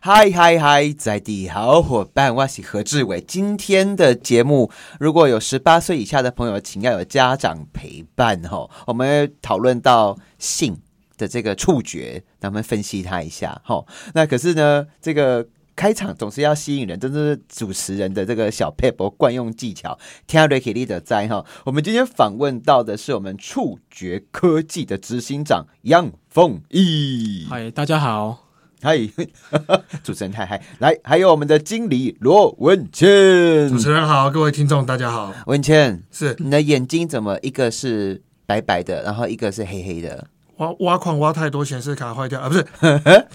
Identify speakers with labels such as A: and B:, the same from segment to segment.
A: 嗨嗨嗨，在地好伙伴，我是何志伟。今天的节目，如果有十八岁以下的朋友，请要有家长陪伴吼。我们会讨论到性的这个触觉，咱们分析它一下吼。那可是呢，这个开场总是要吸引人，这是主持人的这个小 p e p 惯用技巧。听 Ricky Lee 的在哈，我们今天访问到的是我们触觉科技的执行长杨凤仪。
B: 嗨，大家好，
A: 嗨， 主持人太嗨！来，还有我们的经理罗文倩，
C: 主持人好，各位听众大家好，
A: 文倩，
C: 是
A: 你的眼睛怎么一个是白白的，然后一个是黑黑的？
C: 挖挖矿挖太多，显示卡坏掉 啊，不是，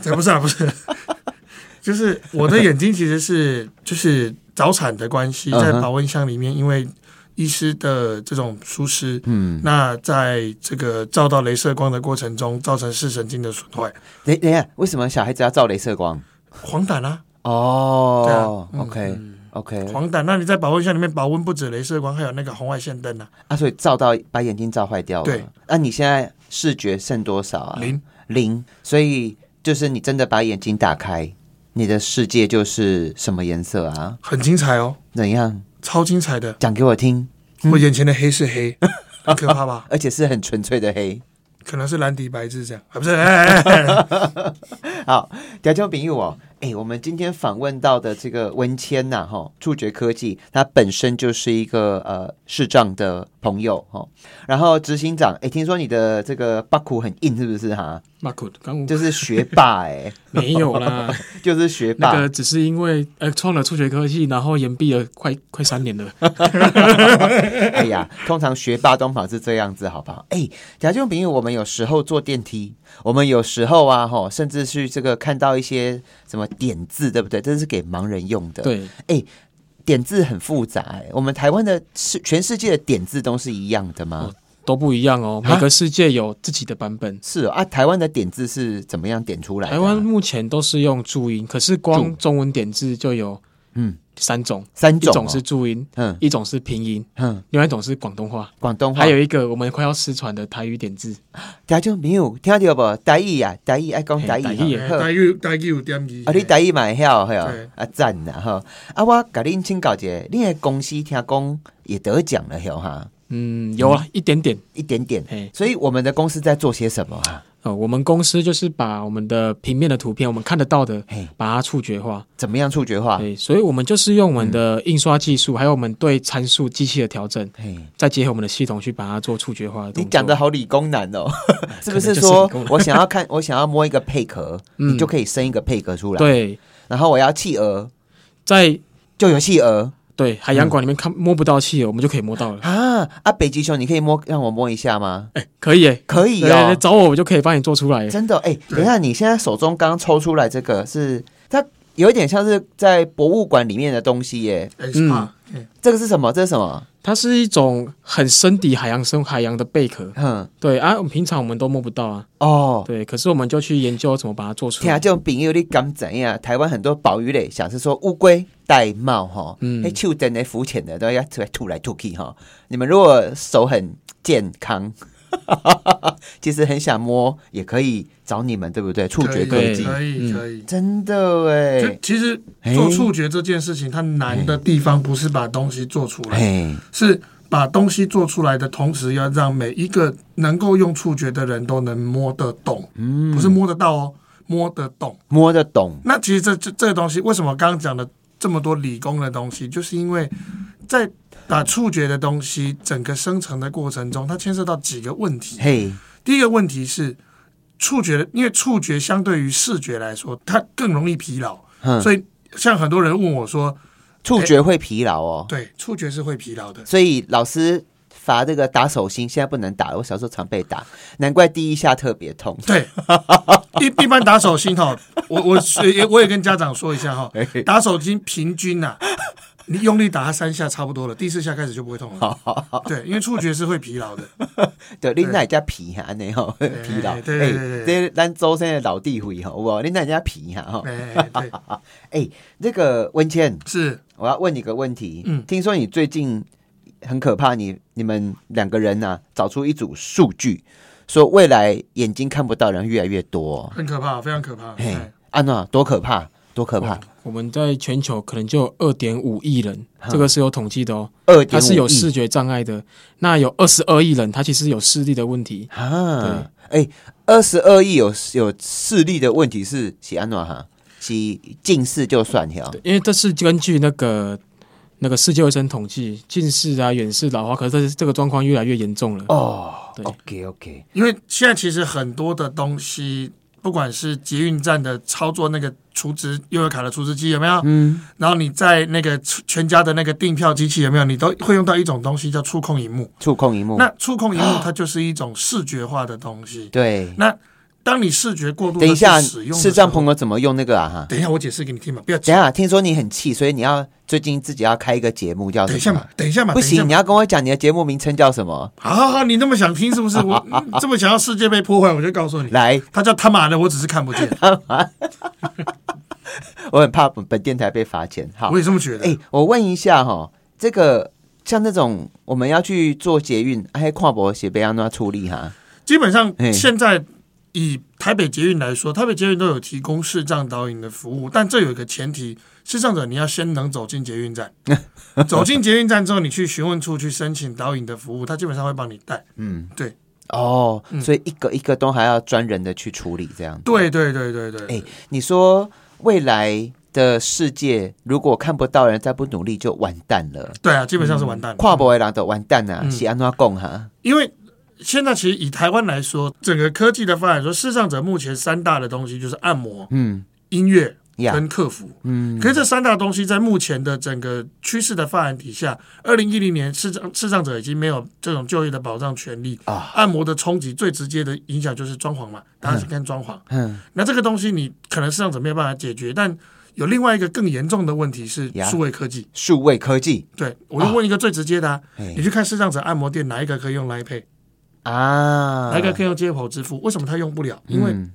C: 这不是啊，不是， 就是我的眼睛其实是就是早产的关系，
A: 嗯哼
C: 在保温箱里面，因为医师的这种疏失，
A: 嗯，
C: 那在这个照到镭射光的过程中，造成视神经的损坏，
A: 等等一下，为什么小孩子要照镭射光？
C: 黄疸啊，对啊
A: 哦、
C: 嗯
A: o k OK，
C: 黄疸，那你在保温箱里面保温不止镭射光，还有那个红外线灯啊，
A: 啊，所以照到把眼睛照坏掉了。
C: 对，
A: 那、你现在视觉剩多少啊？
C: 零，
A: 零，所以就是你真的把眼睛打开，你的世界就是什么颜色啊？
C: 很精彩哦，
A: 怎样？
C: 超精彩的，
A: 讲给我听，
C: 我眼前的黑是黑，很可怕吧？
A: 而且是很纯粹的黑。
C: 可能是蓝底白字这样，啊，不是，哎哎哎哎
A: 好，调教朋友哦，哎、我们今天访问到的这个文谦呐、哈、触觉科技，他本身就是一个呃视障的朋友哈、吼然后执行长，哎、听说你的这个巴苦很硬，是不是哈？
B: 马库刚
C: 哎
B: 刚
A: 就是学霸哎、
B: 没有啦，
A: 就是学
B: 那
A: 霸。
B: 个只是因为呃创了触觉科技，然后延毕了快快三年了。
A: 哎呀，通常学霸都跑是这样子，好不好？哎，贾俊平，我们有时候坐电梯，我们有时候啊，吼，甚至去这个看到一些什么点字，对不对？这是给盲人用的。，
B: 对，
A: 点字很复杂、哎，我们台湾的世全世界的点字都是一样的吗？
B: 哦都不一样哦，
C: 啊
B: 每个世界有自己的版本。
A: 是、哦、啊，台湾的点字是怎么样点出来的啊、
B: 台湾目前都是用注音，可是光
A: 注
B: 中文点字就有
A: 嗯
B: 三种，
A: 三
B: 一
A: 种,、哦、
B: 种是注音，
A: 嗯
B: 一种是拼音，
A: 嗯
B: 另外一种是广东话，
A: 广东话，
B: 还有一个我们快要失传的台语点字。
A: 贾俊平有听到不？台语啊，台语爱讲
B: 嘿
A: 台语
B: 台
A: 哈
B: 语
C: 哎
A: 好
C: 大约大约有点二。
A: 啊，你台语蛮晓嘿哦
C: 对，
A: 啊赞呐吼！啊，我甲恁请教一下，恁的公司听讲也得奖了吼哈，
B: 嗯，有啊，一点点。
A: 一点点。
B: 嘿，
A: 所以我们的公司在做些什么啊？
B: 哦，我们公司就是把我们的平面的图片，我们看得到的
A: 嘿，
B: 把它触觉化。
A: 怎么样触觉化？
B: 对，所以我们就是用我们
A: 嗯
B: 的印刷技术，还有我们对参数机器的调整，
A: 嘿，
B: 再结合我们的系统去把它做触觉化的动作。
A: 你讲的好理工男哦， 是不是
B: 可能就是
A: 说
B: 理工男
A: 我想要看，我想要摸一个配壳，
B: 嗯
A: 你就可以生一个配壳出来？，
B: 对，
A: 然后我要企鹅，
B: 在
A: 就有企鹅
B: 对海洋
A: 嗯
B: 馆里面看摸不到气，我们就可以摸到了。
A: 啊啊！北极熊，你可以摸，让我摸一下吗？
B: 嗯哎，可以哎，
A: 可以
B: 对对
A: 哦
B: 对，找我我就可以帮你做出来。
A: 真的哎、等一下，你现在手中刚刚抽出来这个是它有一点像是在博物馆里面的东西耶，
C: X 帕，嗯
A: 这个是什么？这是什么？
B: 它是一种很深底海洋生海洋的贝壳，
A: 哼、
B: 对啊，我们平常我们都摸不到啊，
A: 哦。啊
B: 对，可是我们就去研究怎么把它做出
A: 听
B: 来。
A: 这种朋友你敢怎样？台湾很多保育类，像是说乌龟、玳瑁哈，
B: 嗯
A: 那手等的浮潜的都要出来吐来吐去哈。你们如果手很健康， 其实很想摸，也可以找你们，对不对？触觉科
C: 可以
A: 技
C: 可以
B: 嗯
C: 可以。
A: 真的
C: 就
A: 哎，
C: 其实
A: 哎
C: 做触觉这件事情，它难的地方不是把东西做出来，
A: 嘿，
C: 是把东西做出来的同时，要让每一个能够用触觉的人都能摸得懂，
A: 嗯，
C: 不是摸得到哦，摸得懂。
A: 摸得懂，
C: 那其实这这这个东西，为什么刚刚讲的这么多理工的东西，就是因为在把触觉的东西整个生成的过程中，它牵涉到几个问题。
A: 嘿，
C: 第一个问题是触觉，因为触觉相对于视觉来说，它更容易疲劳，
A: 哼，
C: 所以像很多人问我说，
A: 触觉会疲劳哦。
C: 对，触觉是会疲劳的。
A: 所以老师罚这个打手心，现在不能打了。我小时候常被打，难怪第一下特别痛。
C: 对，一一般打手心哈，我我也我也跟家长说一下哈，打手心平均呐、你用力打它三下差不多了，第四下开始就不会痛了。对，因为触觉是会疲劳的。
A: 对，你那家皮哈，那吼 疲劳。哎
C: 对对对对
A: 这咱周身的老地回吼，哇，你那家皮哈哈。
C: 哎，对，
A: 那个文倩，
C: 是
A: 我要问你个问题。
C: 嗯
A: 听说你最近很可怕，你你们两个人呐、啊找出一组数据，说未来眼睛看不到人越来越多、
C: 很可怕，非常可怕。
A: 嘿
C: 哎，
A: 安娜、多可怕！多可怕！
B: 我们在全球可能就有二点五亿人，这个是有统计的哦。
A: 二
B: 他
A: 点
B: 是有视觉障碍的，那有二十二亿人，他其实有视力的问题。
A: 啊，哎，二十二亿有有视力的问题是喜安诺哈，喜近视就算了，
B: 因为这是根据那个那个世界卫生统计，近视啊、远视、老花，可是这这个状况越来越严重了。
A: 哦
B: 对
A: ，OK OK，
C: 因为现在其实很多的东西，不管是捷运站的操作那个储值悠游卡的储值机有没有？嗯，然后你在那个全家的那个订票机器有没有？你都会用到一种东西叫触控荧幕。
A: 触控荧幕，
C: 那触控荧幕它就是一种视觉化的东西。
A: 对，
C: 那当你视觉过度地
A: 等一下，
C: 去使用的
A: 视
C: 时候
A: 障朋友怎么用那个啊？哈，
C: 等一下我解释给你听嘛，不要急
A: 等一。下，听说你很气，所以你要最近自己要开一个节目叫
C: 等一
A: 什
C: 下
A: 么
C: 嘛？，等一下嘛，
A: 不
C: 等一下
A: 行，你
C: 嘛
A: 要跟我讲你的节目名称叫什么？
C: 好好好，你那么想 听是不是？我嗯这么想要世界被破坏，我就告诉你，
A: 来，
C: 他叫他妈的，我只是看不见，
A: 我很怕本本电台被罚钱。 好
C: 我，也这么觉
A: 哎、
C: 得。
A: 我问一下哈、这个像那种我们要去做捷运，哎，跨博斜被安那处理哈？
C: 基本上
A: 嘿
C: 现在以台北捷运来说，台北捷运都有提供视障导引的服务，但这有一个前提，视障者你要先能走进捷 运站，走进捷运站之后，你去询问处去申请导引的服务，他基本上会帮你带。
A: 嗯，
C: 对，
A: 哦，
C: 嗯
A: 所以一个一个都还要专人的去处理这样。，
C: 对对对对对，
A: 哎，你说未来的世界如果看不到人，再不努力就完蛋了。
C: 对啊，基本上是完蛋了。
A: 嗯跨博的人都完蛋啊，
C: 嗯
A: 是安那讲哈？
C: 因为现在其实以台湾来说，整个科技的发展说，视障者目前三大的东西就是按摩、
A: 嗯
C: 音乐
A: 呀，
C: 跟客服。
A: 嗯，
C: 可是这三大东西在目前的整个趋势的发展底下，二零一零年视障视障者已经没有这种就业的保障权利
A: 啊。
C: 按摩的冲击最直接的影响就是装潢嘛，大家是看装潢。
A: 嗯，
C: 那这个东西你可能视障者没有办法解决，但有另外一个更严重的问题是
A: 呀
C: 数位科技。
A: 数位科技
C: 对我就问一个最直接的、啊，
A: 嘿
C: 你去看视障者按摩店哪一个可以用 Line Pay？
A: 啊，
C: 哪一个可以用接口支付？为什么他用不了？因为
A: 嗯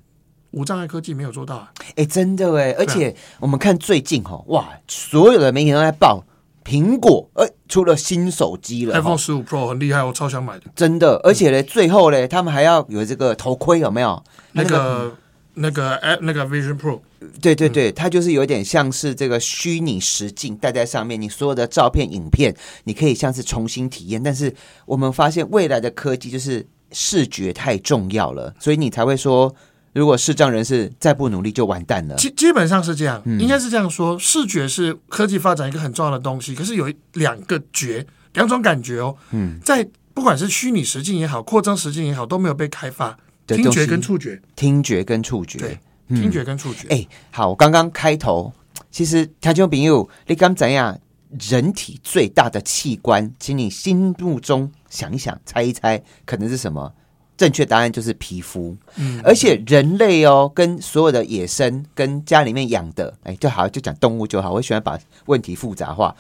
C: 无障碍科技没有做到啊。
A: 哎、真的哎，而且我们看最近哈，哇，所有的媒体都在报苹果，呃，出了新手机了
C: iPhone
A: 哈，
C: 十五 Pro 很厉害，我超想买的。
A: 真的，而且呢，最后呢，他们还要有这个头盔，有没有？
C: 那
A: 它
C: 个、那个、
A: 嗯
C: 哎，那个 Vision Pro，
A: 对对对，它就是有点像是这个虚拟实境戴在上面，你所有的照片、影片，你可以像是重新体验。但是我们发现未来的科技就是视觉太重要了，所以你才会说，如果视障人士再不努力就完蛋了。
C: 基基本上是这样，
A: 嗯
C: 应该是这样说。视觉是科技发展一个很重要的东西，可是有两个觉，两种感觉哦。嗯，在不管是虚拟实境也好，扩张实境也好，都没有被开发。
A: 对
C: 听
A: 东
C: 觉
A: 西
C: 跟触觉，
A: 听觉跟触觉
C: 对。，听觉跟触觉。
A: 哎、好，我刚刚开头，其实听众朋友，你刚怎样？人体最大的器官，请你心目中想一想，猜一猜，可能是什么？正确答案就是皮肤。
C: 嗯，
A: 而且人类哦，跟所有的野生、跟家里面养的，哎，就好就讲动物就好。我喜欢把问题复杂化。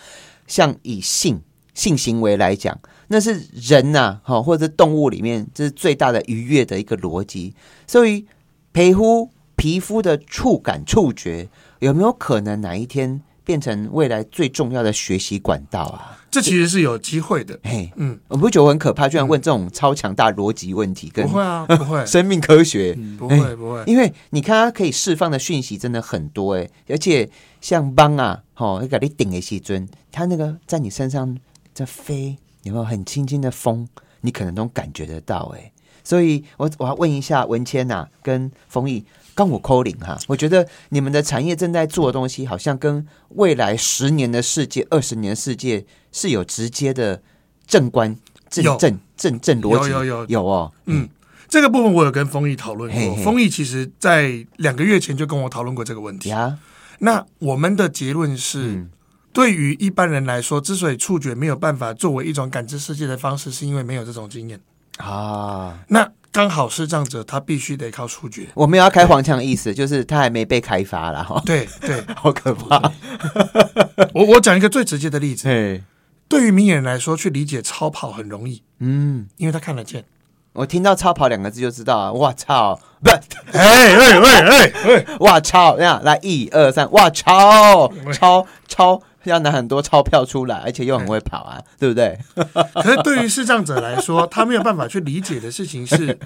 A: 像以性性行为来讲，那是人呐、哈、或者是动物里面，这是最大的愉悦的一个逻辑。所以，皮肤皮肤的触感、触觉，有没有可能哪一天变成未来最重要的学习管道啊？
C: 这其实是有机会的。
A: 嘿，
C: 嗯，
A: 我不觉得我很可怕，居然问这种超强大逻辑问题，跟
C: 不会啊，不会，
A: 生命科学。
C: 不
A: 哎
C: 会，不会。
A: 因为你看它可以释放的讯息真的很多哎、而且像帮啊，吼、哦，给你顶的细尊，它那个在你身上在飞，有没有很轻轻的风，你可能都感觉得到哎、所以我我要问一下文谦呐、啊跟丰毅。刚我扣零哈，我觉得你们的产业正在做的东西，好像跟未来十年的世界、二十年的世界是有直接的正观、正
C: 有
A: 正正正逻辑，
C: 有有有
A: 有哦，
C: 嗯，这个部分我有跟丰毅讨论
A: 嘿
C: 过
A: 嘿，
C: 丰毅其实在两个月前就跟我讨论过这个问题。
A: 呀，
C: 那我们的结论是，
A: 嗯
C: 对于一般人来说，之所以触觉没有办法作为一种感知世界的方式，是因为没有这种经验。
A: 啊，
C: 那刚好视障者他必须得靠触觉。
A: 我没有要开黄腔的意思，就是它还没被开发啦。 哈，
C: 对对，
A: 好可怕。
C: 我我讲一个最直接的例子，
A: 对，
C: 对于明眼人来说，去理解超跑很容易，
A: 嗯，
C: 因为他看得见。
A: 我听到“超跑”两个字就知道啊，我操， 不，
C: 哎哎哎哎，
A: 我操，这样来一二三，我操，超超要拿很多钞票出来，而且又很会跑啊，对不对？
C: 可是对于视障者来说，他没有办法去理解的 事情是，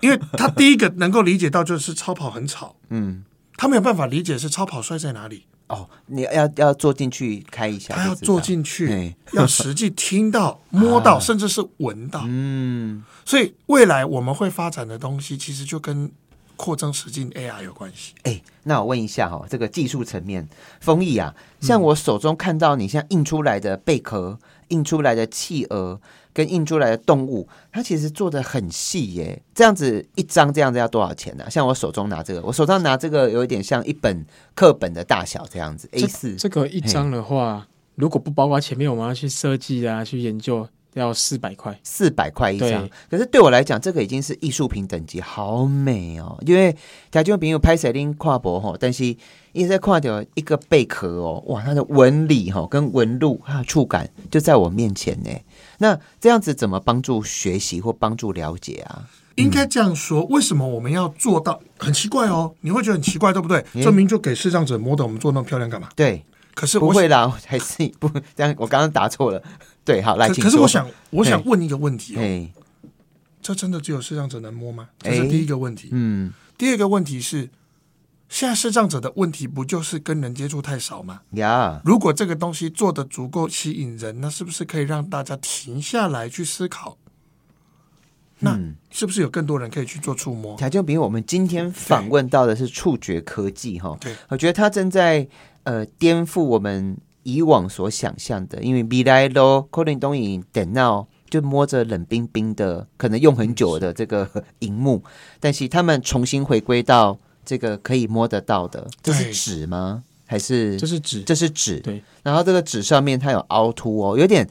C: 因为他第一个能够理解到就是超跑很吵，
A: 嗯，
C: 他没有办法理解是超跑摔在哪里，
A: 哦，你要要坐进去开一下，
C: 他要坐，进去
A: 嘿， 啊
C: 要实际听 到、摸到，甚至是闻到。嗯，所以未来我们会发展的东西，其实就跟扩增实境 AR 有关系。
A: 哎、那我问一下哦，这个技术层面，丰毅啊，像我手中看到你像印出来的贝壳、印出来的企鹅跟印出来的动物，它其实做的很细耶。这样子一张这样子要多少钱呢、啊像我手中拿这个，我手上拿这个有一点像一本课本的大小这样子，A
B: 这
A: 四
B: 这个一张的话，如果不包括前面我们要去设计啊、去研究，要四百块。
A: 四百块一张
B: 对。
A: 可是对我来讲，这个已经是艺术品等级，好美哦！因为台中朋友拍摄恁跨博吼，但是一直在跨掉一个贝壳哦，哇，它的纹理吼、跟纹路它的触感就在我面前呢。那这样子怎么帮助学习或帮助了解啊？
C: 应该这样说，为什么我们要做到？很奇怪哦，你会觉得很奇怪，对不对？证明就给视障者摸的，我们做那么漂亮干嘛？
A: 对，
C: 可是
A: 不
C: 我
A: 会啦，我还是不这样。我刚刚答错了，对，好，来，
C: 可
A: 请
C: 可是
A: 说
C: 我，想，我想问一个问题、哦：
A: 哎，
C: 这真的只有视障者能摸吗？这
A: 哎
C: 是第一个问题。
A: 嗯，
C: 第二个问题是，现在视障者的问题不就是跟人接触太少吗？
A: 呀，
C: 如果这个东西做的足够吸引人，那是不是可以让大家停下来去思考？那是不是有更多人可以去做触摸？
A: 台中比我们今天访问到的是触觉科技哈，
C: 对，
A: 我觉得它正在呃颠覆我们以往所想象的，因为未来咯，可能东影等到就摸着冷冰冰的，可能用很久的这个荧幕，但是他们重新回归到这个可以摸得到的，这是
C: 对
A: 纸吗？还是
B: 这是纸，
A: 这是纸？
B: 对，
A: 然后这个纸上面它有凹凸哦，有点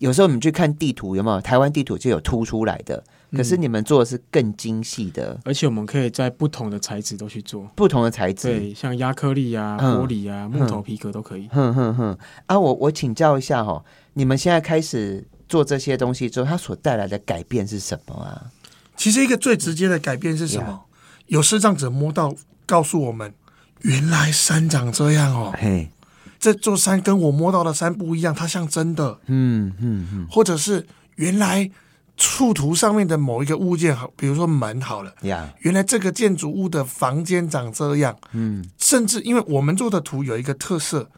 A: 有时候我们去看地图有没有台湾地图就有凸出来的，可是你们做的是更精细的。
B: 而且我们可以在不同的材质都去做，
A: 不同的材质。
B: 对，像亚克力啊、
A: 嗯
B: 玻璃啊、木头、皮革都可以。
A: 哼哼哼啊，我我请教一下哈、你们现在开始做这些东西之后，它所带来的改变是什么啊？
C: 其实一个最直接的改变是什么？有视障者摸到，告诉我们，原来山长这样哦，
A: 嘿，
C: 这座山跟我摸到的山不一样，它像真的，
A: 嗯嗯嗯，
C: 或者是原来触图上面的某一个物件，好，比如说门好了。
A: 呀，
C: 原来这个建筑物的房间长这样，嗯，甚至因为我们做的图有一个特色，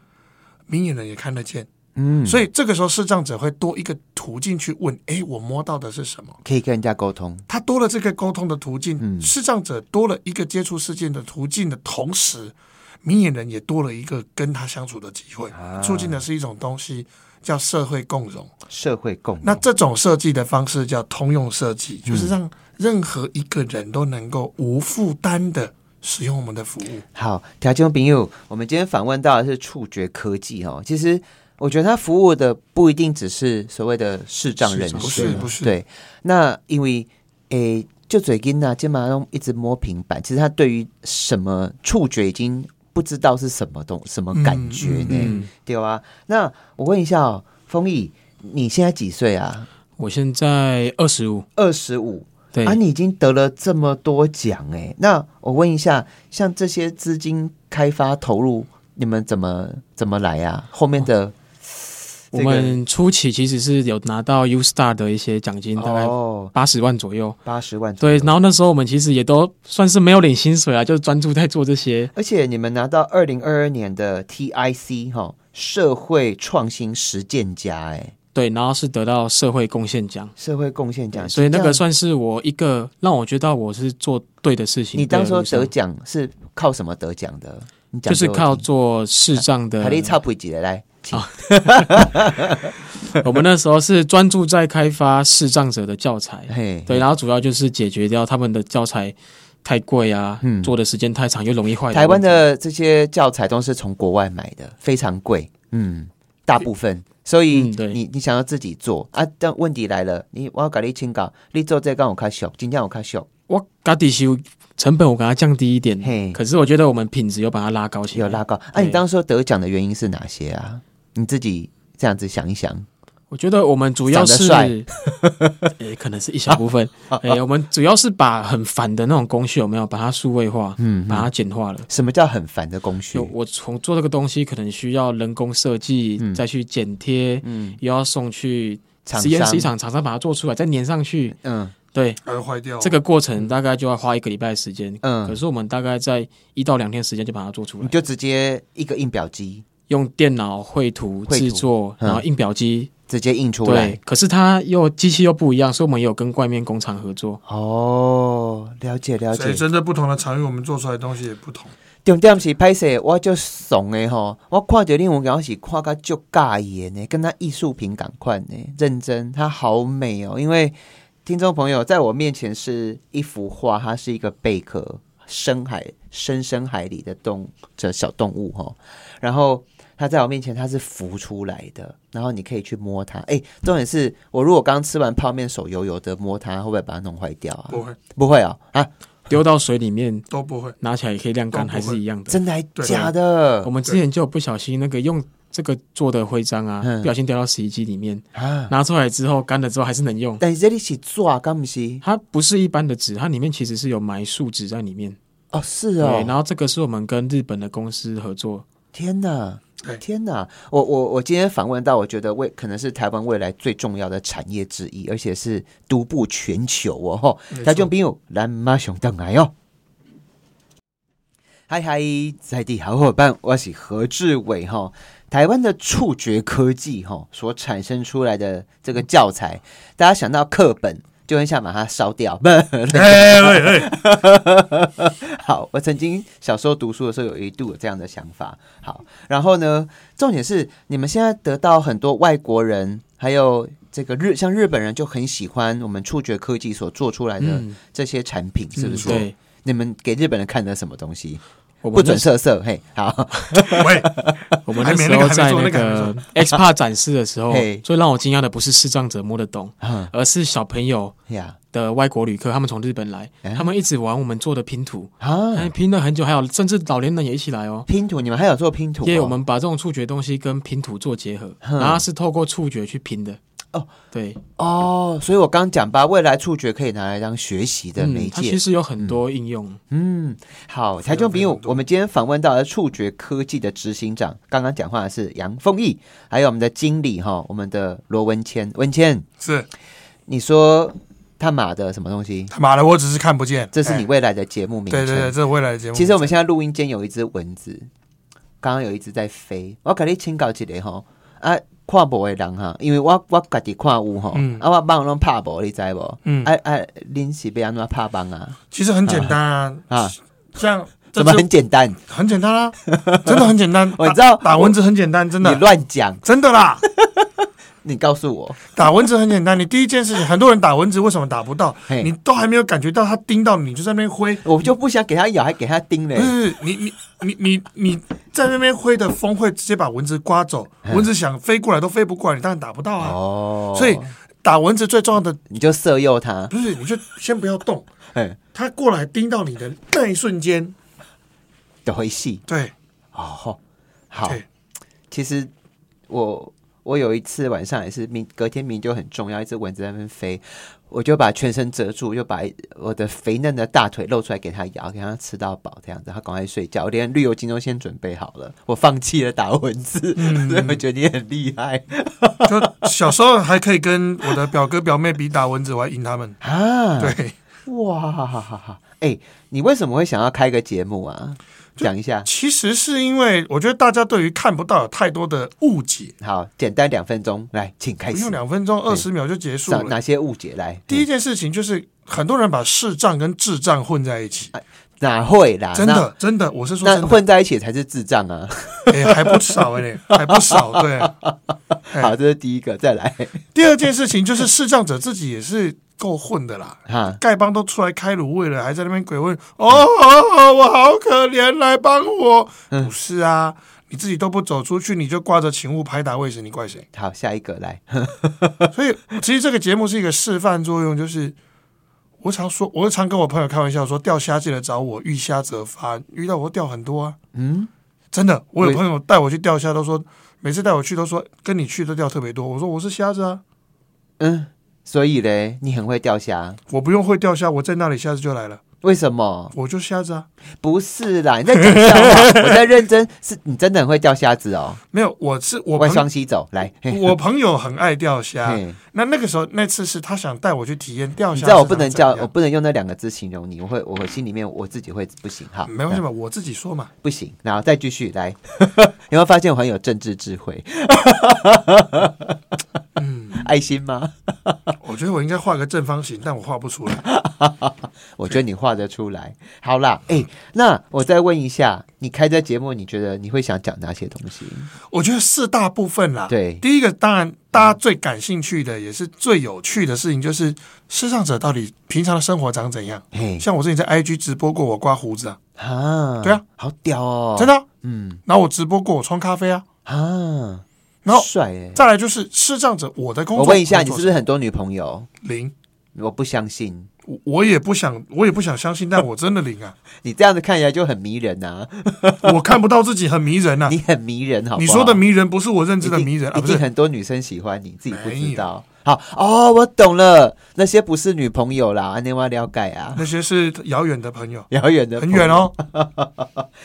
C: 明眼人也看得见，
A: 嗯，
C: 所以这个时候视障者会多一个途径去问，诶，我摸到的是什么？
A: 可以跟人家沟通，
C: 他多了这个沟通的途径，
A: 嗯
C: 视障者多了一个接触事件的途径的同时，明眼人也多了一个跟他相处的机会，
A: 啊
C: 促进的是一种东西叫社会共融。
A: 社会共
C: 那这种设计的方式叫通用设计，就是让任何一个人都能够无负担的使用我们的服务。
A: 好，条件朋友，我们今天访问到的是触觉科技哦。其实我觉得它服务的不一定只是所谓的视障人士，
C: 不是不是
A: 对。那因为诶，就嘴近呐，金马上一直摸平板，其实他对于什么触觉已经不知道是什么东什么感觉呢？
B: 嗯嗯
A: 对啊。那我问一下哦，丰毅，你现在几岁啊？
B: 我现在二十五，
A: 二十五。
B: 对，
A: 啊，你已经得了这么多奖哎，那我问一下，像这些资金开发投入，你们怎么怎么来啊？后面的
B: 哦我
A: 这个
B: 们初期其实是有拿到 U Star 的一些奖金，大概
A: 哦，
B: 八十万左右。
A: 八十万左
B: 对
A: 右，，
B: 然后那时候我们其实也都算是没有领薪水啊，就专注在做这些。
A: 而且你们拿到二零二二年的 TIC 哈、社会创新实践家哎，
B: 对，然后是得到社会贡献奖，
A: 社会贡献奖，
B: 所以那
A: 这
B: 个
A: 样
B: 算是我一个让我觉得我是做对的事情。
A: 你当
B: 对的
A: 初
B: 路上
A: 得奖是靠什么得奖的？你讲
B: 就是
A: 给我
B: 靠啊
A: 听
B: 做视障的
A: 海，力差不几的来，请
B: 我们那时候是专注在开发视障者的教 材。
A: 嘿，
B: 对，然后主要就是解决掉他们的教材太贵啊，
A: 嗯
B: 做的时间太长又容易坏问题。
A: 台湾的这些教材都是从国外买的，非常贵，嗯，大部分。所以
B: 嗯对
A: 你、你想要自己做啊？但问题来了，你我要搞你请搞，你做这个我开小，今天我开小，
B: 我嘎底修成本我给它降低一点，
A: 嘿
B: 可是我觉得我们品质又把它拉高起来。
A: 有拉高。啊，你
B: 对
A: 当时得奖的原因是哪些啊？你自己这样子想一想。
B: 我觉得我们主要是，
A: 长
B: 诶、 可能是一小 部分。诶、我们主要是把很烦的那种工序有没有把它数位化，嗯，把它简化了。
A: 什么叫很烦的工序
B: 就？我从做这个东西，可能需要人工设计，再去剪贴，嗯，又要送去
A: 厂
B: 实验
A: 商
B: 室一场厂商把它做出来，再粘上去，
A: 嗯，
B: 对，
C: 还会坏掉。
B: 这个过程大概就要花一个礼拜的时间，
A: 嗯
B: 可是我们大概在一到两天时间就把它做出
A: 你
B: 来，
A: 就直接一个印表机
B: 用电脑绘图
A: 绘图
B: 制作，
A: 嗯
B: 然后印表机。
A: 直接印出来
B: 对，。可是它又机器又不一样，所以我们也有跟外面工厂合作。
A: 哦，了解了
C: 所
A: 解
C: 以。针对不同的场域，我们做出来的东西也不同。
A: 重点是拍摄，我就怂的吼，我看着恁文讲是看个就尬耶呢，跟他艺术品赶快呢，认真，它好美哦。因为听众朋友在我面前是一幅画，它是一个贝壳，深海深深海里的动这小动物哈、然后它在我面前它是浮出来的，然后你可以去摸它。哎，重点是我如果刚吃完泡面，手油油的摸它，会不会把它弄坏掉啊？
C: 不会，
A: 不会哦，啊，
B: 丢到水里面，
C: 都 不会。
B: 拿起来也可以晾干，
C: 都不
B: 还
C: 会
B: 是一样的。
A: 真的还
C: 对
A: 假的
B: 我？们之前就有不小心那个用这个做的徽章啊，
A: 嗯
B: 不小心掉到洗衣机里面，
A: 啊。
B: 拿出来之后干了之后还是能用。
A: 但是这里是抓，干不是？
B: 它不是一般的纸，它里面其实是有埋树脂在里面。
A: 哦，是
B: 对，然
A: 哦，
B: 后这个是我们跟日本的公司合作，
A: 天哪
C: 对！
A: 天哪！我我我今天访问到，我觉得未可能是台湾未来最重要的产业之一，而且是独步全球哦！吼，
C: 没
A: 台
C: 错
A: 中朋友，咱马上登来哦！嗨嗨，在地好伙伴，我是何志伟哈、台湾的触觉科技哈、所产生出来的这个教材，大家想到课本就很想把它烧掉， 不
C: 哎喂哎，
A: 好，我曾经小时候读书的时候，有一度有这样的想法。好，然后呢，重点是你们现在得到很多外国人，还有这个日像日本人就很喜欢我们触觉科技所做出来的
B: 嗯，
A: 这些产品，是不
B: 嗯
A: 是？
B: 对，
A: 你们给日本人看的什么东西？
B: 我
A: 不
B: 们
A: 准
B: 那时
A: 色色，嘿，好，
C: 喂，
B: 我们
C: 还
B: 那
C: 没
B: 时
C: 那个
B: 候
C: 还没
B: 在
C: 做
B: 那
C: 那个还没
B: 个 X p a 展示的时候
A: 嘿，
B: 最让我惊讶的不是视障者摸得懂，
A: 嗯
B: 而是小朋友
A: 呀，
B: 的外国旅客，他们从日本来，
A: 哎
B: 他们一直玩我们做的拼图，哎，
A: 啊，
B: 拼了很久，还有甚至老年人也一起来哦。
A: 拼图，你们还有做拼图、哦？
B: 因为我们把这种触觉东西跟拼图做结合，
A: 哼
B: 然后它是透过触觉去拼的。
A: 哦，
B: 对，
A: 哦，所以我刚讲吧，未来触觉可以拿来当学习的媒
B: 嗯，它
A: 介。
B: 其实有很多应用。
A: 嗯，好，台中朋友，我们今天访问到的触觉科技的执行长，刚刚讲话的是杨丰毅，还有我们的经理哈，我们的罗文谦，文谦，
C: 是
A: 你说他妈的什么东西？
C: 他妈的，我只是看不见。
A: 这是你
C: 哎
A: 未来的节目名称。
C: 对对对，这是未来的节目。
A: 其实我们现在录音间有一只蚊子，刚刚有一只在飞，我给你请教一下吼，啊，看无的人哈，因为我我家己看有吼，
C: 嗯
A: 啊，我帮拢拍无，你知无？
C: 嗯
A: 啊啊，恁是要安怎拍帮啊？
C: 其实很简单啊，
A: 啊，
C: 像这
A: 怎么
C: 次
A: 很简单？
C: 很简单啊， 真的很简单。
A: 我
C: 打
A: 知道
C: 打蚊子很简单，真
A: 你
C: 的
A: 乱讲，
C: 真的啦，
A: 你告诉我。
C: 打蚊子很简单。你第一件事情，很多人打蚊子为什么打不到？
A: 嘿
C: 你都还没有感觉到它叮到你，你就在那边挥。
A: 我就不想给它咬，还给它叮嘞
C: 不。是你你你你你在那边挥的风会直接把蚊子刮走，蚊子想飞过来都飞不过来，你当然打不到啊。
A: 哦
C: 所以打蚊子最重要的
A: 你就色诱它，
C: 不是，你就先不要动，
A: 哎，
C: 它过来叮到你的那一瞬间，
A: 的回戏
C: 对
A: 哦。好，
C: 对，
A: 其实我我有一次晚上也是明隔天明就很重要，一只蚊子在那边飞，我就把全身遮住，就把我的肥嫩的大腿露出来给它咬，给它吃到饱这样子，它赶快睡觉。我连绿油精都先准备好了，我放弃了打蚊子，
C: 嗯
A: 所以我觉得你很厉害
C: 就小时候还可以跟我的表哥表妹比打蚊子，我还赢他们。
A: 啊！
C: 对，
A: 哇，哎，你为什么会想要开个节目啊？讲一下。
C: 其实是因为我觉得大家对于看不到有太多的误解，
A: 好，简单两分钟，来，请开
C: 不
A: 始啊
C: 用。两分钟二十秒就结束
A: 哪
C: 了。
A: 哪些误解来？
C: 第一件事情就是很多人把视障跟智障混在一起，
A: 哪会啦？
C: 真的真的，我是说
A: 啊那，
C: 真
A: 那
C: 的，
A: 混在一起才是智障啊！
C: 哎、还不少哎、还不 少。对，哎
A: 好，这是第一个，再 来
C: 第二件事情就是视障者自己也是够混的啦。
A: 哈。
C: 丐帮都出来开卤味了，还在那边鬼混。哦哦哦，我好可怜，来帮我。
A: 嗯
C: 不是啊，你自己都不走出去，你就挂着勤务拍打喂食，你怪 谁？
A: 好，下一个来。
C: 所以其实这个节目是一个示范作用，就是我常说，我常跟我朋友开玩笑说，钓虾记得找我，遇虾则发。遇到我钓很多啊，
A: 嗯，
C: 真的，我有
A: 喂
C: 朋友带我去钓虾，都说每次带我去都说跟你去都钓特别多。我说我是虾子啊，
A: 嗯，所以嘞，你很会钓虾
C: 我不用会钓虾，我在那里虾子就来了。
A: 为什么？
C: 我就瞎子啊，
A: 不是啦，你在讲笑 话，我在认真，是你真的很会钓虾子哦。
C: 没有，我是我啊
A: 我
C: 朋
A: 双溪走来，嘿
C: 我朋友很爱钓虾
A: 嘿，
C: 那那个时候那次是他想带我去体验钓
A: 你
C: 虾
A: 知道
C: 是长怎样，
A: 我不能叫，我不能用那两个字形容你，我会，我心里面我自己会不行哈，
C: 嗯没关系嘛，我自己说嘛。
A: 不行，然后再继续 来，有没有发现我很有政治智慧？
C: 嗯
A: 爱心吗？
C: 我觉得我应该画个正方形，但我画不出来。
A: 我觉得你画得出来。好啦，哎、那我再问一下，你开这节目，你觉得你会想讲哪些东西？
C: 我觉得四大部分啦，
A: 对
C: 第一个当然大家最感兴趣的，也是最有趣的事情，就是视障者到底平常的生活长怎样。
A: 嘿，
C: 像我之前在 IG 直播过，我刮胡子啊，
A: 啊，
C: 嗯对啊，
A: 好屌哦，
C: 真的啊、
A: 嗯，
C: 然后我直播过，我冲咖啡啊。
A: 啊，
C: 然后
A: 帅哎、
C: 再来就是视障者，我的工
A: 我
C: 作，
A: 问一下，你是
C: 工
A: 不
C: 作
A: 是很多女朋友？
C: 零？
A: 我不相信，
C: 我我也不想，我也不想相信，但我真的零啊！
A: 你这样子看起来就很迷人呐、
C: 我看不到自己，很迷人呐、啊
A: 你很迷人，好不好？
C: 你说的迷人不是我认知的迷人啊，
A: 一
C: 不
A: 定
C: 是
A: 很多女生喜欢你，自己不知道。好哦，我懂了，那些不是女朋友啦，安内瓦了解啊，
C: 那些是遥远的 朋友，
A: 遥远的
C: 嗯很远
A: 哦。
C: 哦，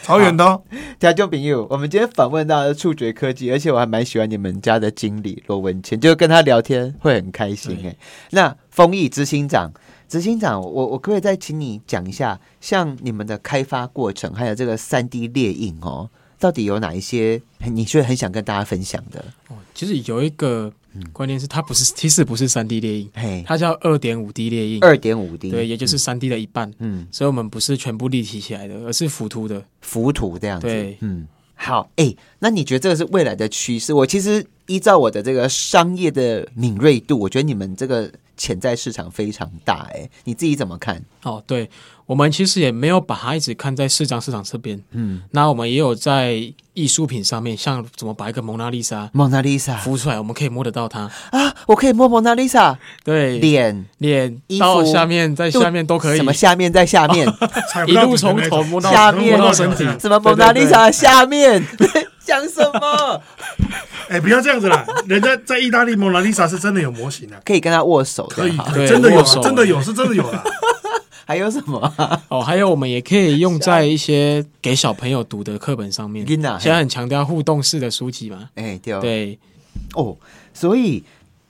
C: 超远的哦。
A: 家中朋友，我们今天访问到的触觉科技，而且我还蛮喜欢你们家的经理罗文谦，就跟他聊天会很开心哎、那丰益执行长，执行长，我我可不可以再请你讲一下，像你们的开发过程，还有这个三 D 列印哦，到底有哪一些你觉得很想跟大家分享的？
B: 哦，其实有一个关键是它不是，其实不是三 D 列印，
A: 嘿，
B: 它叫二点五 D 列印，
A: 二点五 D，
B: 对，也就是三 D 的一半。
A: 嗯，
B: 所以我们不是全部立体起来的，而是浮凸的。
A: 浮图这样子，
B: 对
A: 嗯，好，哎、那你觉得这个是未来的趋势？我其实依照我的这个商业的敏锐度，我觉得你们这个潜在市场非常大、哎，你自己怎么看？
B: 哦，对，我们其实也没有把它一直看在市场市场这边，嗯，那我们也有在艺术品上面，像怎么把一个蒙娜丽莎
A: 蒙娜丽莎
B: 浮出来，我们可以摸得到它，
A: 啊，我可以摸蒙娜丽莎
B: 对，
A: 脸，
B: 脸
A: 衣服
B: 到下面，在
A: 肚
B: 下面都可以
A: 什，么下面在下 面，
C: 踩不
B: 一
C: 到
B: 路
C: 底的
B: 从
C: 那
B: 头
C: 种
B: 摸到
A: 下
B: 摸
A: 面
B: 到身体，
A: 什么蒙娜丽莎下面， 讲什么？
C: 哎、不要这样子 啦！人家在意大利蒙娜丽莎是真的有模型的、
A: 可以跟他握手的，
C: 可以，
A: 好
C: 可以
B: 对
C: 真的有
B: 握
C: 啊，
B: 手
C: 真的有，是真的有 啦。
A: 还有什么 啊？
B: 哦，还有我们也可以用在一些给小朋友读的课本上面，
A: 囡仔
B: 现在很强调互动式的书籍嘛，
A: 哎、对哦。
B: 对，
A: 哦，所以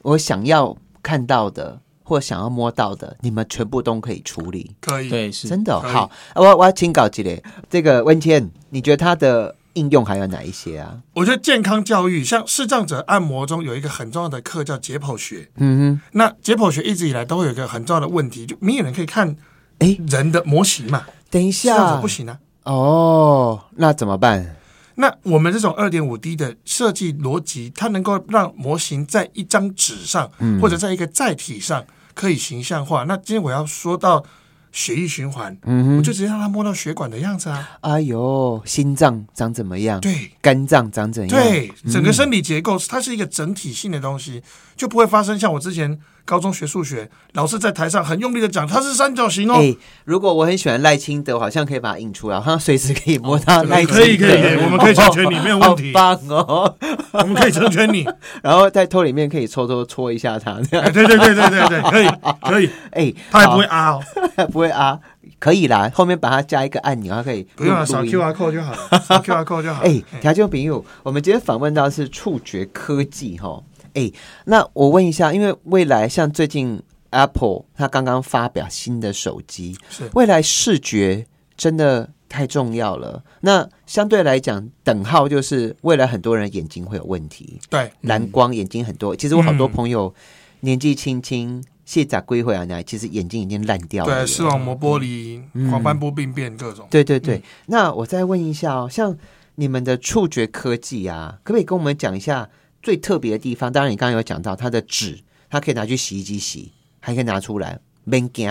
A: 我想要看到的或想要摸到的，你们全部都可以处理，
C: 可以，
B: 对，是。
A: 真的、哦、
C: 可以
A: 好。啊我我要请搞几嘞，这个温倩，你觉得它的应用还有哪一些啊？
C: 我觉得健康教育，像视障者按摩中有一个很重要的课叫解剖学。
A: 嗯
C: 那解剖学一直以来都会有一个很重要的问题，就明眼人可以看
A: 哼，哎，
C: 人的模型嘛，
A: 等一
C: 视障
A: 下
C: 者不行啊。
A: 哦，那怎么办？
C: 那我们这种二点五 D 的设计逻辑，它能够让模型在一张纸上，或者在一个载体上可以形象化。那今天我要说到血液循环，我就直接让他摸到血管的样子啊，
A: 哎呦，心脏长怎么样？
C: 对。
A: 肝脏长怎样？，哎
C: 对，整个生理结构它是一个整体性的东西，就不会发生像我之前高中学数学，老师在台上很用力的讲它是三角形哦。
A: 哎、如果我很喜欢赖清德，我好像可以把它印出来，好像 随时可以摸到
C: 对
A: 赖清德、
C: 哦可以可以可以我 们可以成全你没有问题
A: 好棒哦！
C: 我们可以成全你，
A: 然后在偷里面可以搓搓搓一下它，这样
C: 哎对对对对对对，可以可以，
A: 哎，
C: 他也不会啊哦，
A: 会不会啊？可以啦，后面把它加一个按钮，它可以
C: 不用了，啊
A: 录
C: 扫
A: 录音
C: QR code 就好了，扫 QR code 就好了。
A: 哎，条件朋友，我们今天访问到的是触觉科技哈。哎，那我问一下，因为未来像最近 Apple 它刚刚发表新的手机，
C: 是
A: 未来视觉真的太重要了。那相对来讲，等号就是未来很多人眼睛会有问题，
C: 对，
A: 蓝光眼睛很多。其实我好多
C: 嗯
A: 朋友年纪轻轻。卸甲归回来，其实眼睛已经烂掉了。
C: 对，视啊网膜剥离、黄斑部病变各种。
A: 对对对，那我再问一下哦，像你们的触觉科技啊，可不可以跟我们讲一下最特别的地方？当然，你刚刚有讲到它的纸，它可以拿去洗衣机洗，还可以拿出来免惊。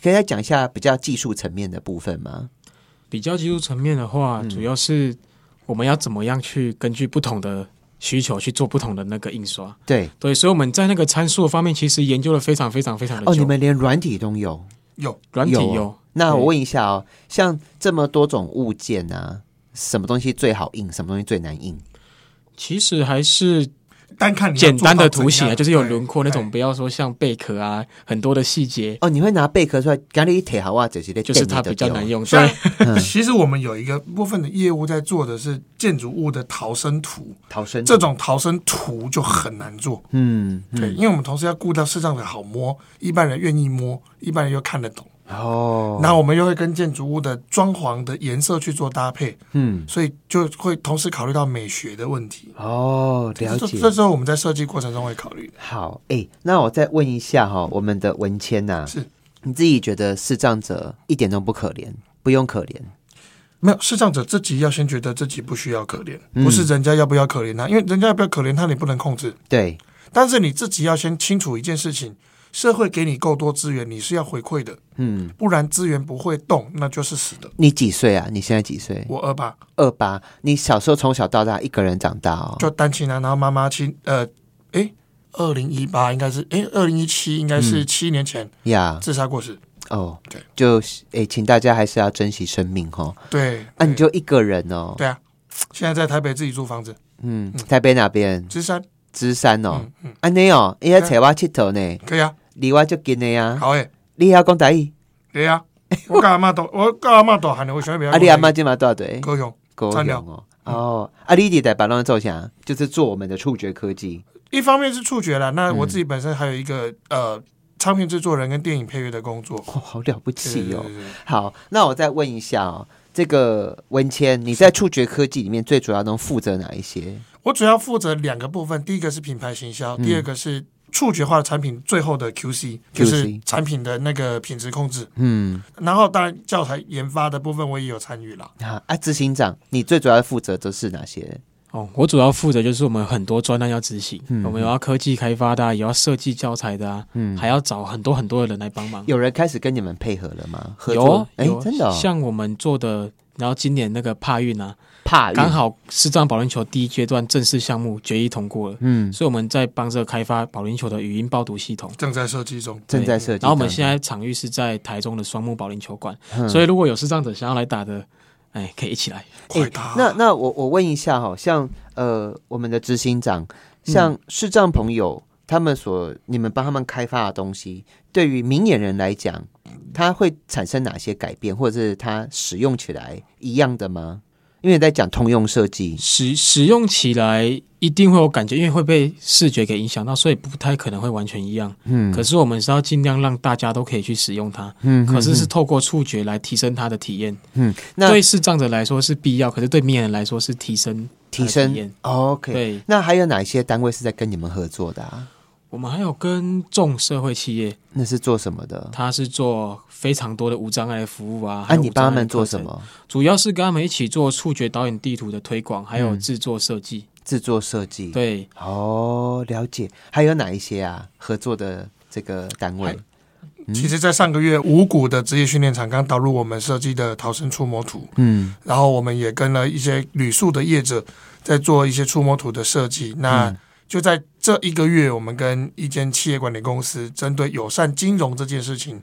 A: 可以再讲一下比较技术层面的部分吗？
B: 比较技术层面的话，主要是我们要怎么样去根据不同的需求去做不同的那个印刷。
A: 对，
B: 对，所以我们在那个参数方面其实研究了非常非常非常的
A: 哦，
B: 久。
A: 你们连软体都有，
C: 有
B: 软体
A: 有哦那我问一下哦，像这么多种物件啊，什么东西最好印，什么东西最难印？
B: 其实还是
C: 单看你要
B: 简
C: 做到
B: 单的
C: 怎
B: 图形啊，
C: 样
B: 就是有
C: 对
B: 轮廓那
C: 对
B: 种，不要说像贝壳啊，很多的细节，
A: 哦，你会拿贝壳出来，干你铁好啊，这些的，
B: 就是它比较难。用。
C: 虽
B: 对
C: 然， 其实我们有一个部分的业务在做的是建筑物的逃生图，
A: 逃生
C: 这，种逃生图就很难做。
A: 嗯，
C: 对，因为我们同时要顾到视障者好摸，一般人愿意摸，一般人又看得懂。
A: 哦，
C: 那我们又会跟建筑物的装潢的颜色去做搭配，
A: 嗯，
C: 所以就会同时考虑到美学的问题。
A: 哦，了
C: 这
A: 解。
C: 这时候我们在设计过程中会考虑。
A: 好，哎、那我再问一下哈、我们的文谦呐、
C: 是
A: 你自己觉得视障者一点都不可怜，不用可怜，
C: 没有视障者自己要先觉得自己不需要可怜，
A: 嗯
C: 不是人家要不要可怜他，因为人家要不要可怜他你不能控制，
A: 对，
C: 但是你自己要先清楚一件事情：社会给你够多资源，你是要回馈的，
A: 嗯，
C: 不然资源不会动，那就是死的。
A: 你几岁啊？你现在几岁？
C: 我二爸
A: 二八。你小时候从小到大一个人长大哦，
C: 就单亲啊，然后妈妈亲，呃，诶，二零一八应该是，诶，二零一七应该是
A: 嗯
C: 七年前
A: 呀，
C: 自杀过世，
A: 哦
C: 对，
A: 就哎、请大家还是要珍惜生命哦。
C: 对，
A: 啊，你就一个人哦，
C: 对啊，现在在台北自己租房子，
A: 嗯，台北哪边？
C: 芝山，
A: 芝山哦，
C: 嗯嗯，
A: 安尼哦，伊要找我佚佗呢，
C: 可以啊，
A: 离我就近的呀。
C: 好诶，
A: 你还讲台语，
C: 可以啊，我跟阿妈都，我跟阿妈都喊的，我喜欢比较
A: 啊，你阿妈今嘛多对？
C: 高雄。
A: 高
C: 参
A: 雄
C: 聊
A: 哦，
B: 嗯
A: 哦，啊，你伫台北拢在做啥？就是做我们的触觉科技。
C: 一方面是触觉啦，那我
A: 嗯
C: 自己本身还有一个、呃唱片制作人跟电影配乐的工作。
A: 哦，好了不
C: 对
A: 起哦。
C: 对对对
A: 好，那我再问一下哦，这个文谦，你在触觉科技里面最主要能负责哪一些？
C: 我主要负责两个部分，第一个是品牌行销，
A: 嗯
C: 第二个是触觉化的产品最后的 QC，就是产品的那个品质控制。
A: 嗯，
C: 然后当然教材研发的部分我也有参与啦。
A: 啊，啊，执行长，你最主要负责的是哪些？
B: 哦，我主要负责就是我们很多专案要执行，我们有要科技开发的、啊，也要设计教材的啊，还要找很多很多的人来帮忙。
A: 有人开始跟你们配合了吗？合
B: 有啊
A: 作？哎
B: 有，
A: 真的、哦，
B: 像我们做的，然后今年那个帕运啊，
A: 怕
B: 刚好视障保龄球第一阶段正式项目决议通过了，
A: 嗯，
B: 所以我们在帮这个开发保龄球的语音报读系统。
C: 正在设计中，
A: 正在设计当中。
B: 然后我们现在场域是在台中的双木保龄球馆，所以如果有视障者想要来打的，哎，可以一起来。
C: 快
B: 啊
C: 打、
A: 那那我我问一下哈，像呃我们的执行长，
B: 嗯
A: 像视障朋友、他们所你们帮他们开发的东西，对于明眼人来讲，它会产生哪些改变，或者是它使用起来一样的吗？因为你在讲通用设计，
B: 使使用起来一定会有感觉，因为会被视觉给影响到，所以不太可能会完全一样。
A: 嗯
B: 可是我们是要尽量让大家都可以去使用它，
A: 嗯
B: 可是是透过触觉来提升它的体验。
A: 嗯，那
B: 对视障者来说是必要，可是对明眼人来说是提升它
A: 提
B: 的
A: 升哦
B: 体验。
A: OK。
B: 对，
A: 那还有哪些单位是在跟你们合作的啊？
B: 我们还有跟众社会企业，
A: 那是做什么的？
B: 它是做非常多的无障碍的服务啊。
A: 啊，
B: 还有
A: 你
B: 无障
A: 帮
B: 碍
A: 他们
B: 的
A: 做
B: 课
A: 什
B: 程？
A: 么？
B: 主要是跟他们一起做触觉导演地图的推广，还
A: 嗯
B: 有制作设计。
A: 制作设计。
B: 对，
A: 哦，了解。还有哪一些啊？合作的这个单位？
C: 其实，在上个月，五谷的职业训练场刚导入我们设计的逃生触摸图，
A: 嗯，
C: 然后我们也跟了一些旅宿的业者在做一些触摸图的设计。那
A: 嗯
C: 就在这一个月，我们跟一间企业管理公司针对友善金融这件事情，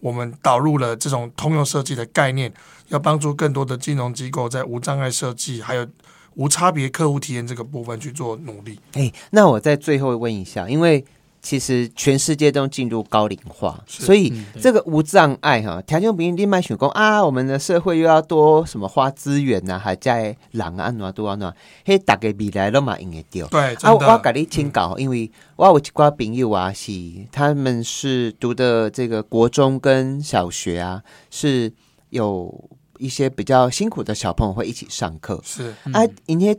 C: 我们导入了这种通用设计的概念，要帮助更多的金融机构在无障碍设计还有无差别客户体验这个部分去做努力。
A: 哎，那我在最后问一下，因为其实全世界都进入高龄化，
C: 是
A: 所以
B: 嗯对
A: 这个无障碍哈，条件不一定卖选工啊，我们的社会又要多什么花资源呐、还在人啊，暖多啊暖，嘿，大家未来都嘛用得掉。
C: 对，
A: 啊，
C: 真
A: 我
C: 的，
A: 我跟你请教，因为我有一挂朋友啊，是他们是读的这个国中跟小学啊，是有一些比较辛苦的小朋友会一起上课，
C: 是
A: 啊，因迄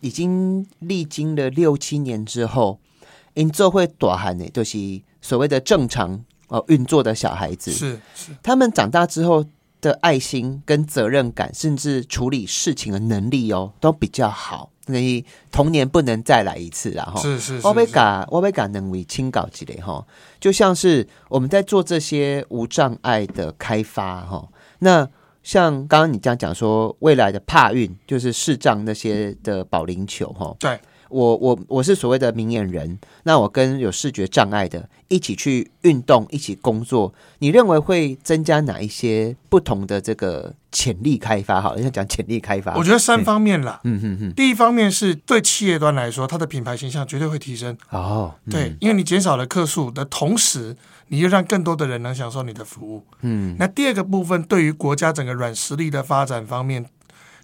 A: 已经历经了六七年之后，因做会大汉的，就是所谓的正常哦运作的小孩子，
C: 是是，
A: 他们长大之后的爱心跟责任感，甚至处理事情的能力哦，都比较好。所以童年不能再来一次啦，哈。
C: 是是，
A: 我被
C: 是
A: 嘎，我被嘎能为清搞之类哈，就像是我们在做这些无障碍的开发哈。那像刚刚你这样讲说，未来的帕运就是视障那些的保龄球哈，
C: 对，
A: 我我我是所谓的明眼人，那我跟有视觉障碍的一起去运动，一起工作，你认为会增加哪一些不同的这个潜力开发？好了，要讲潜力开发，
C: 我觉得三方面啦。嗯嗯嗯。第一方面是对企业端来说，它的品牌形象绝对会提升。
A: 哦，
C: 对，因为你减少了客数的同时，你又让更多的人能享受你的服务。嗯，那第二个部分，对于国家整个软实力的发展方面，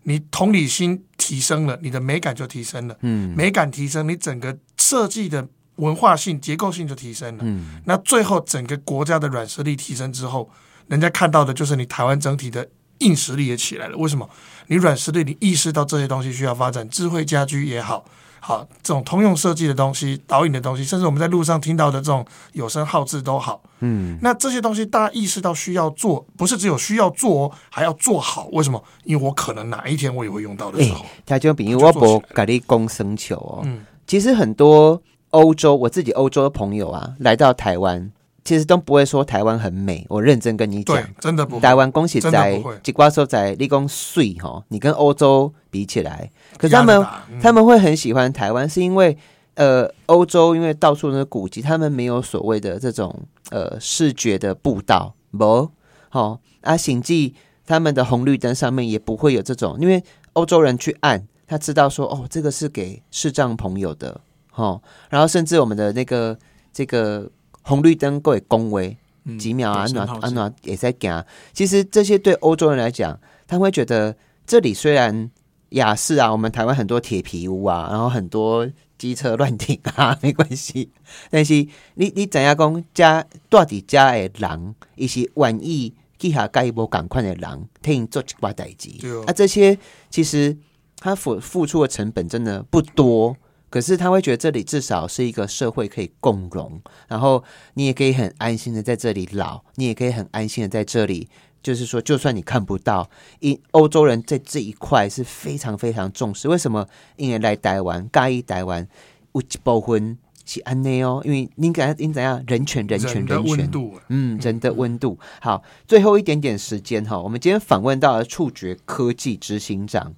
C: 你同理心提升了，你的美感就提升了。嗯，美感提升，你整个设计的文化性、结构性就提升了。嗯，那最后整个国家的软实力提升之后，人家看到的就是你台湾整体的硬实力也起来了。为什么？你软实力，你意识到这些东西需要发展，智慧家居也好，好这种通用设计的东西、导引的东西，甚至我们在路上听到的这种有声号志都好，嗯，那这些东西大家意识到需要做，不是只有需要做哦，还要做好。为什么？因为我可能哪一天我也会用到的时
A: 哎
C: 候，，
A: 他就比如
C: 就
A: 我
C: 做起来
A: 不跟你讲生球哦，
C: 嗯
A: 其实很多欧洲，我自己欧洲的朋友啊，来到台湾，其实都不会说台湾很美。我认真跟你讲
C: 对，，真的不会
A: 台湾恭喜
C: 真的
A: 在
C: 不会
A: 吉瓜说在立功税哈，你跟欧洲比起来，可是他
C: 压
A: 们
C: 力大嗯
A: 他们会很喜欢台湾，是因为呃，欧洲因为到处都是古迹，他们没有所谓的这种呃视觉的步道，没哦啊，行迹他们的红绿灯上面也不会有这种，因为欧洲人去按，他知道说哦，这个是给视障朋友的哦，然后甚至我们的那个这个红绿灯各位恭维。
B: 嗯
A: 几秒啊，
B: 有
A: 暖
B: 信号
A: 啊
B: 是
A: 暖也在讲。其实这些对欧洲人来讲，他会觉得这里虽然雅士啊，我们台湾很多铁皮屋啊，然后很多机车乱停啊， 没关系。但是你你怎样讲家到底家的人，伊是愿意去下介无共款的人，替因做一寡代志
C: 对哦。
A: 啊，这些其实他付付出的成本真的不多。可是他会觉得这里至少是一个社会可以共荣，然后你也可以很安心的在这里老，你也可以很安心的在这里，就是说，就算你看不到，因欧洲人在这一块是非常非常重视。为什么？因为来台湾，介意台湾，有一部分是安内哦，因为你敢你怎样，人权人权
C: 人的
A: 人
C: 温
A: 权，
C: 度，
A: 嗯，人的温度。好，最后一点点时间哈，我们今天访问到了触觉科技执行长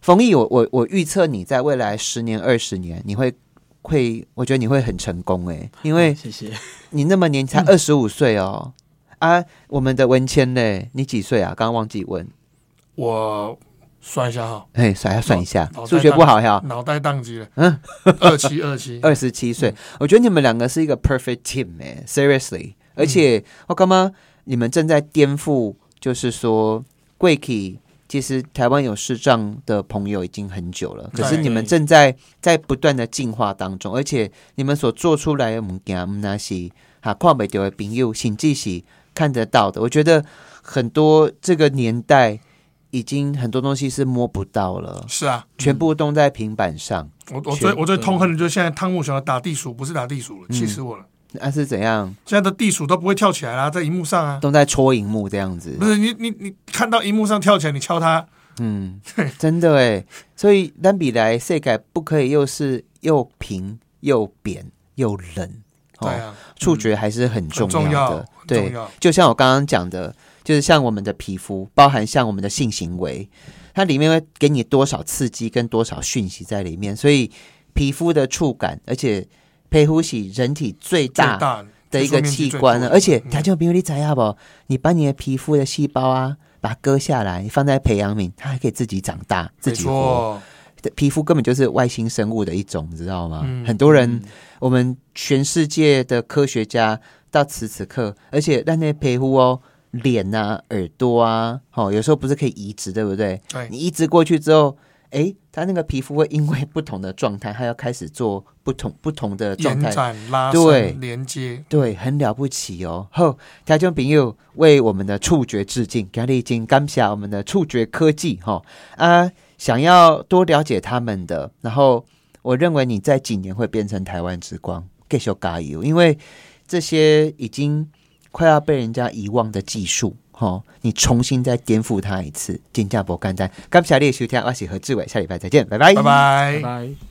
A: 冯毅，我我我预测你在未来十年二十年，你会会，我觉得你会很成功诶、因为
B: 谢谢。
A: 你那么年才二十五岁哦。啊，我们的文谦嘞，你几岁啊？刚刚忘记问。
C: 我算一下哈，
A: 哎，算要算一下
C: 脑，袋
A: 数学不好呀，
C: 脑袋宕机了，
A: 啊嗯
C: 嗯，二七二 七，
A: 二十七岁。我觉得你们两个是一个 perfect team 哎、s e r i o u s l y 而且我干嘛？你们正在颠覆，就是说贵体。其实台湾有视障的朋友已经很久了，可
C: 对
A: 是你们正在在不断的进化当中，而且你们所做出来的物件，唔那是啊哈看不到的朋友，甚至是看得到的。我觉得很多这个年代已经很多东西是摸不到了，
C: 是啊，
A: 全部都在平板上。
C: 我我
B: 全
C: 最我最
B: 对
C: 痛恨的就是现在汤姆熊的打地鼠，不是打地鼠
A: 嗯
C: 了，气死我了！
A: 那、是怎样？
C: 现在的地鼠都不会跳起来啦，在荧幕上啊，
A: 都在戳荧幕这样子
C: 不，是你你你看到荧幕上跳起来，你敲它，
A: 嗯，真的哎，所以单比来世改不可以又是又平又扁又冷，
C: 对啊，嗯
A: 触觉还是很
C: 很
A: 哦重
C: 重
A: 要
C: 要，
A: 的
C: 很，重
A: 对，
C: 要，
A: 就像我刚刚讲的，就是像我们的皮肤，包含像我们的性行为，它里面会给你多少刺激跟多少讯息在里面，所以皮肤的触感，而且皮肤是人体最
C: 最
A: 大
C: 大
A: 的一个器官啊呢，而且
C: 嗯
A: 它就比如你怎样不？你把你的皮肤的细胞啊，把它割下来，你放在培养皿，它还可以自己长大，自
C: 没
A: 己活。
C: 错，
A: 皮肤根本就是外星生物的一种，你知道吗？
C: 嗯
A: 很多人，我们全世界的科学家到此此刻，而且那那皮肤哦，脸啊、耳朵啊，哦，有时候不是可以移植，对不对？
C: 对，
A: 你移植过去之后。诶，它那个皮肤会因为不同的状态，它要开始做不同不同的状
C: 延
A: 态，
C: 展、拉
A: 对
C: 伸、连接，
A: 对，很了不起哦！后台中朋友为我们的触觉致敬，感已经感谢我们的触觉科技哈、啊！想要多了解他们的，然后我认为你在几年会变成台湾之光，继续加油！因为这些已经快要被人家遗忘的技术，哈、你重新再颠覆它一次，金价博干单，感谢你的收听，我是何志伟，下礼拜再见，拜拜，
C: 拜
B: 拜拜。